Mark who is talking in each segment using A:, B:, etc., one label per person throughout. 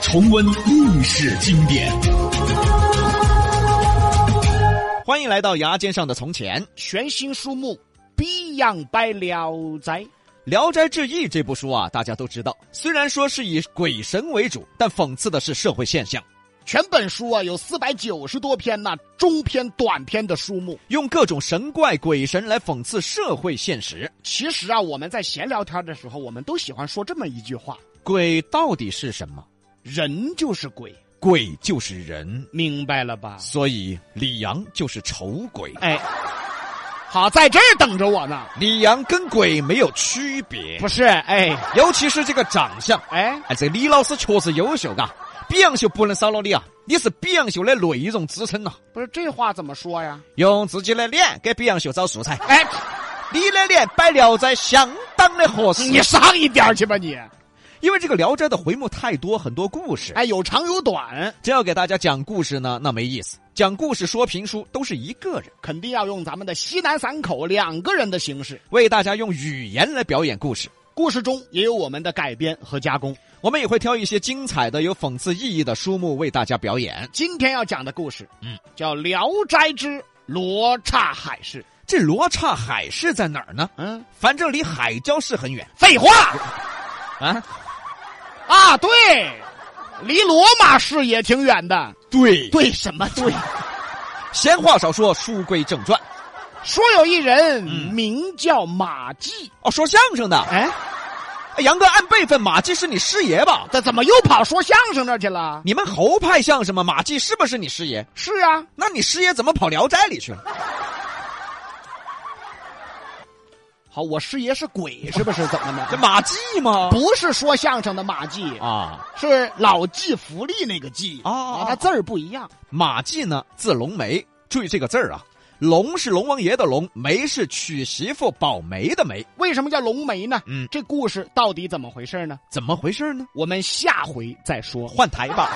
A: 重温历史经典。欢迎来到牙尖上的从前，《
B: 全新书目《比杨百聊斋》。
A: 聊斋志异》这部书啊，大家都知道，虽然说是以鬼神为主，但讽刺的是社会现象，
B: 全本书啊有四百九十多篇呐、中篇、短篇的书目。
A: 用各种神怪鬼神来讽刺社会现实。
B: 其实啊，我们在闲聊天的时候，我们都喜欢说这么一句话：
A: 鬼到底是什么？
B: 人就是鬼，
A: 鬼就是人，
B: 明白了吧？
A: 所以李阳就是丑鬼。
B: 哎， 好，在这儿等着我呢。
A: 李阳跟鬼没有区别
B: 不，是，哎
A: 尤其是这个长相。
B: 哎，
A: 哎，这李老师确实优秀啊，比杨秀不能少了你啊，你是比杨秀的内容支撑呐、
B: 不是这话怎么说呀？
A: 用自己的脸给比杨秀找素材。
B: 哎，
A: 你的脸摆《聊斋》相当的合适，
B: 你上一点儿去吧你！
A: 因为这个《聊斋》的回目太多，很多故事。
B: 哎，有长有短，
A: 真要给大家讲故事呢，那没意思。讲故事、说评书都是一个人，
B: 肯定要用咱们的西南散口两个人的形式。
A: 为大家用语言来表演故事。
B: 故事中也有我们的改编和加工。
A: 我们也会挑一些精彩的、有讽刺意义的书目为大家表演。
B: 今天要讲的故事，
A: 嗯，
B: 叫《聊斋之罗刹海市》。
A: 这罗刹海市在哪儿呢？
B: 嗯，
A: 反正离海椒市很远
B: 废话
A: 啊。
B: 啊，对，离罗马市也挺远的。
A: 对对，
B: 对什么对？
A: 闲话少说，书归正传。
B: 说有一人
A: 嗯
B: 名叫马季，
A: 哦，说相声的，
B: 哎，
A: 哎杨哥按辈分，马季是你师爷吧？
B: 这怎么又跑说相声那儿去了？
A: 你们侯派相声吗？马季是不是你师爷？
B: 是啊，
A: 那你师爷怎么跑《聊斋》里去了？
B: 好，我师爷是鬼是不是？怎么哦
A: 这
B: 的？
A: 马季吗？
B: 不是说相声的马季，
A: 啊，
B: 是老骥伏枥那个骥啊，
A: 哦
B: 他字儿不一样。
A: 马季呢，字龙梅。注意这个字儿啊，龙是龙王爷的龙，梅是娶媳妇保媒的媒。
B: 为什么叫龙梅呢？
A: 嗯
B: 这故事到底怎么回事呢？
A: 怎么回事呢？
B: 我们下回再说。
A: 换台吧，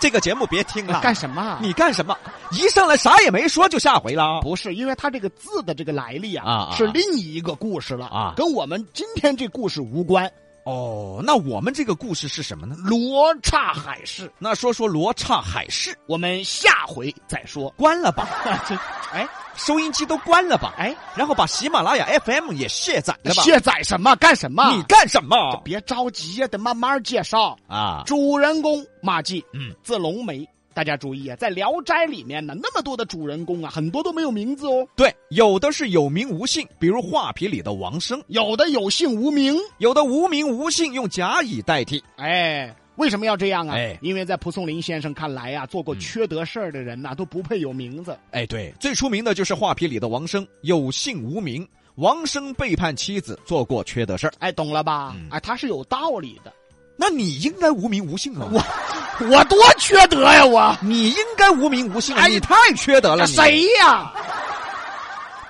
A: 这个节目别听了。
B: 干什么啊？
A: 你干什么？一上来啥也没说就下回了。
B: 不是，因为它这个字的这个来历啊，
A: 啊啊
B: 是另一个故事了
A: 啊
B: 跟我们今天这故事无关。
A: 哦，那我们这个故事是什么呢？
B: 罗刹海市，
A: 那说说罗刹海市，
B: 我们下回再说。
A: 关了吧，
B: 这哎
A: 收音机都关了吧，
B: 哎，
A: 然后把喜马拉雅 FM 也卸载了吧。
B: 卸载什么？干什么？
A: 你干什么？
B: 别着急呀，得慢慢介绍。
A: 啊，
B: 主人公马季，
A: 嗯，
B: 字龙梅。大家注意啊，在《聊斋》里面呢，那么多的主人公啊，很多都没有名字哦，
A: 对，有的是有名无姓，比如画皮里的王生。
B: 有的有姓无名。
A: 有的无名无姓，用甲乙代替。
B: 哎，为什么要这样啊？
A: 哎
B: 因为在蒲松龄先生看来呀、做过缺德事儿的人呐、都不配有名字。
A: 哎，对，最出名的就是画皮里的王生，有姓无名。王生背叛妻子，做过缺德事儿。
B: 哎，懂了吧？
A: 嗯
B: 哎，他是有道理的。
A: 那你应该无名无姓啊！
B: 我 我多缺德呀、我
A: 你应该无名无姓啊！
B: 哎
A: 你太缺德了！
B: 这
A: 你
B: 谁呀、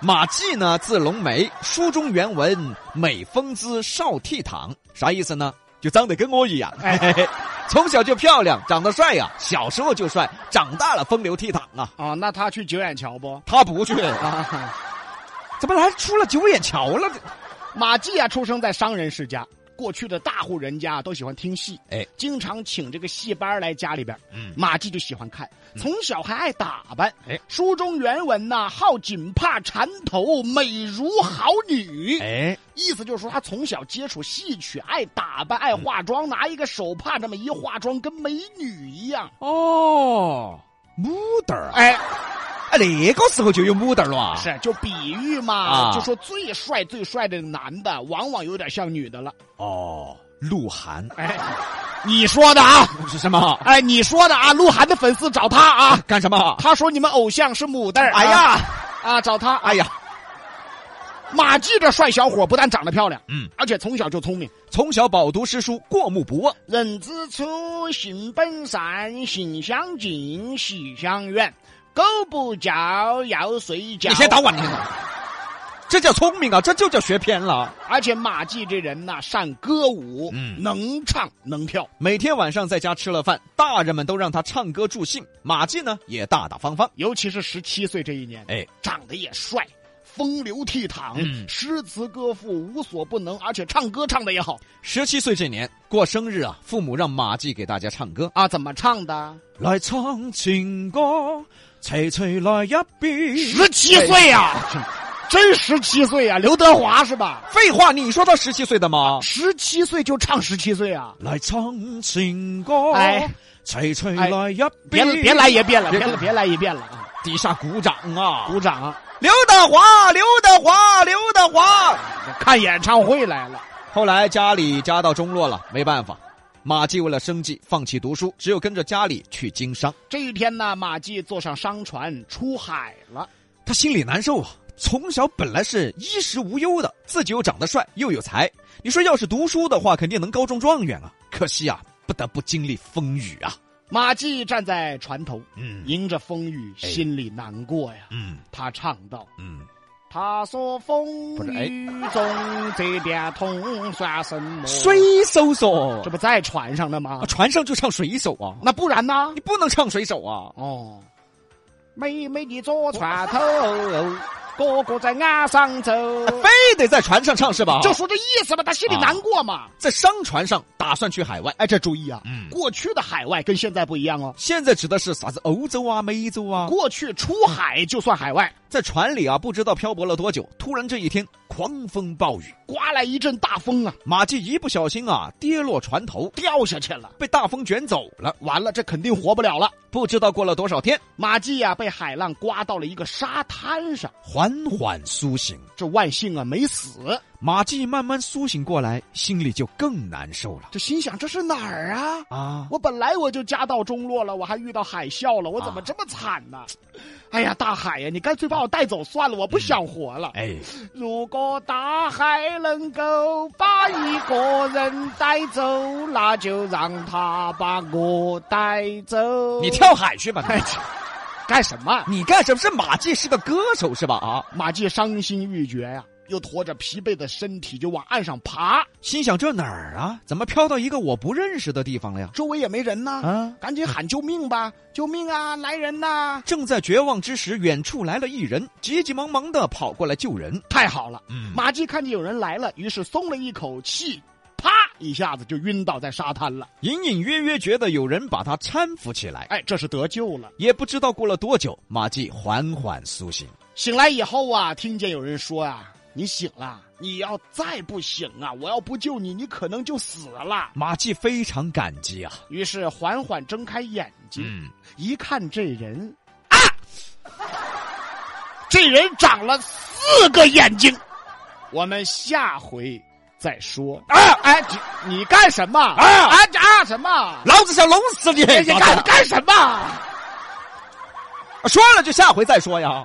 A: 马季呢？字龙梅，书中原文美风姿少倜傥，啥意思呢？就长得跟我一样，
B: 哎
A: 嘿嘿 从小就漂亮，长得帅呀、小时候就帅，长大了风流倜傥啊！
B: 啊、那他去九眼桥不？
A: 他不去，
B: 啊，
A: 怎么还出了九眼桥了？
B: 马季啊，出生在商人世家。过去的大户人家啊都喜欢听戏，
A: 哎，
B: 经常请这个戏班儿来家里边儿。
A: 嗯
B: 马季就喜欢看，从小还爱打扮。
A: 哎，
B: 书中原文呐、好锦帕缠头，美如好女。
A: 哎，
B: 意思就是说，他从小接触戏曲，爱打扮，爱化妆，拿一个手帕这么一化妆，跟美女一样。
A: 哦，牡丹儿啊！
B: 哎，
A: 哎，那个时候就有牡丹儿了啊！
B: 是就比喻嘛，
A: 啊
B: 就说最帅最帅的男的，往往有点像女的了。
A: 哦，鹿晗
B: 哎，你说的啊，
A: 是什么？
B: 哎，你说的啊，鹿晗的粉丝找他啊，
A: 干什么？哎
B: 他说你们偶像是牡丹儿啊。
A: 哎呀，
B: 啊，找他，
A: 哎
B: 哎，
A: 呀，
B: 马季这帅小伙不但长得漂亮，
A: 嗯，
B: 而且从小就聪明。
A: 从小饱读诗书，过目不忘。
B: 人之初，性本善，性相近，习相远。狗不教，要睡觉。
A: 你先打我，你先打我。这叫聪明啊，这就叫学偏了。
B: 而且马季这人呐、善歌舞，
A: 嗯
B: 能唱能跳。
A: 每天晚上在家吃了饭，大人们都让他唱歌助兴，马季呢也大大方方。
B: 尤其是十七岁这一年，
A: 哎，
B: 长得也帅，风流倜傥，
A: 嗯
B: 诗词歌赋无所不能，而且唱歌唱的也好
A: 十七岁这年过生日啊，父母让马季给大家唱歌，
B: 啊。怎么唱的？
A: 来唱情歌，齐齐来一遍。
B: 十七岁呀、真十七岁呀、刘德华是吧？
A: 废话，你说到十七岁的吗？
B: 十七岁就唱十七岁啊！
A: 来唱情歌，
B: 哎
A: 齐齐
B: 哎
A: 来一
B: 别
A: 遍。
B: 别来一遍了，
A: 别
B: 别别来一遍了啊！
A: 底下鼓掌啊！
B: 鼓掌，
A: 刘德华，刘德华，刘德华。
B: 看演唱会来了。
A: 后来家里家道中落了，没办法，马季为了生计放弃读书，只有跟着家里去经商。
B: 这一天呢，马季坐上商船出海了。
A: 他心里难受啊，从小本来是衣食无忧的，自己又长得帅又有才，你说要是读书的话，肯定能高中状元啊。可惜啊，不得不经历风雨啊。
B: 马季站在船头，
A: 嗯
B: 迎着风雨，
A: 哎
B: 心里难过呀。
A: 嗯
B: 他唱道。
A: 嗯，
B: 他说：“风
A: 不是哎
B: 雨中这点痛算什么？
A: 水手说
B: 这，不在船上呢吗
A: 啊，？船上就唱水手啊，
B: 那不然呢
A: 你？不能唱水手啊。
B: 哦，妹妹你坐船 头，哥哥在岸上走，啊
A: 非得在船上唱是吧？
B: 哎就说这意思吧。他心里难过嘛。
A: 在商船上打算去海外。
B: 哎，这注意啊，
A: 嗯
B: 过去的海外跟现在不一样哦。
A: 现在指的是啥子欧洲啊、美洲啊，
B: 过去出海就算海外，
A: 在船里啊，不知道漂泊了多久，突然这一天狂风暴雨，
B: 刮来一阵大风啊，
A: 马季一不小心啊跌落船头，
B: 掉下去了。
A: 被大风卷走了。
B: 完了，这肯定活不了了。
A: 不知道过了多少天，
B: 马季呀、被海浪刮到了一个沙滩上，
A: 缓缓苏醒。
B: 这万幸啊没死。
A: 马季慢慢苏醒过来，心里就更难受了
B: 这心想这是哪儿啊？
A: 啊！
B: 我本来我就家道中落了，我还遇到海啸了，我怎么
A: 啊
B: 这么惨呢、哎呀，大海呀，你干脆把我带走算了，我不想活了。
A: 哎，
B: 如果大海能够把一个人带走，那就让他把我带走。
A: 你跳海去吧
B: 哎，干什么？
A: 你！你干什么？是马季是个歌手是吧？啊，
B: 马季伤心欲绝呀、又拖着疲惫的身体就往岸上爬，
A: 心想这哪儿啊？怎么飘到一个我不认识的地方了呀？
B: 周围也没人呢，
A: 啊！
B: 赶紧喊救命吧！救命啊！来人呐！
A: 正在绝望之时，远处来了一人，急急忙忙的跑过来救人。
B: 太好了，
A: 嗯
B: 马季看见有人来了，于是松了一口气，啪一下子就晕倒在沙滩了。
A: 隐隐约约觉得有人把他搀扶起来，
B: 哎，这是得救了。
A: 也不知道过了多久，马季缓缓苏醒。
B: 醒来以后啊，听见有人说啊：“你醒了，你要再不醒啊，我要不救你，你可能就死了。
A: 马季非常感激啊，”
B: 于是缓缓睁开眼睛，
A: 嗯，
B: 一看这人啊，这人长了四个眼睛。我们下回再说啊！哎，你你干什么啊啊啊什么？
A: 老子想弄死你！
B: 哎你干干什么？
A: 说了就下回再说呀。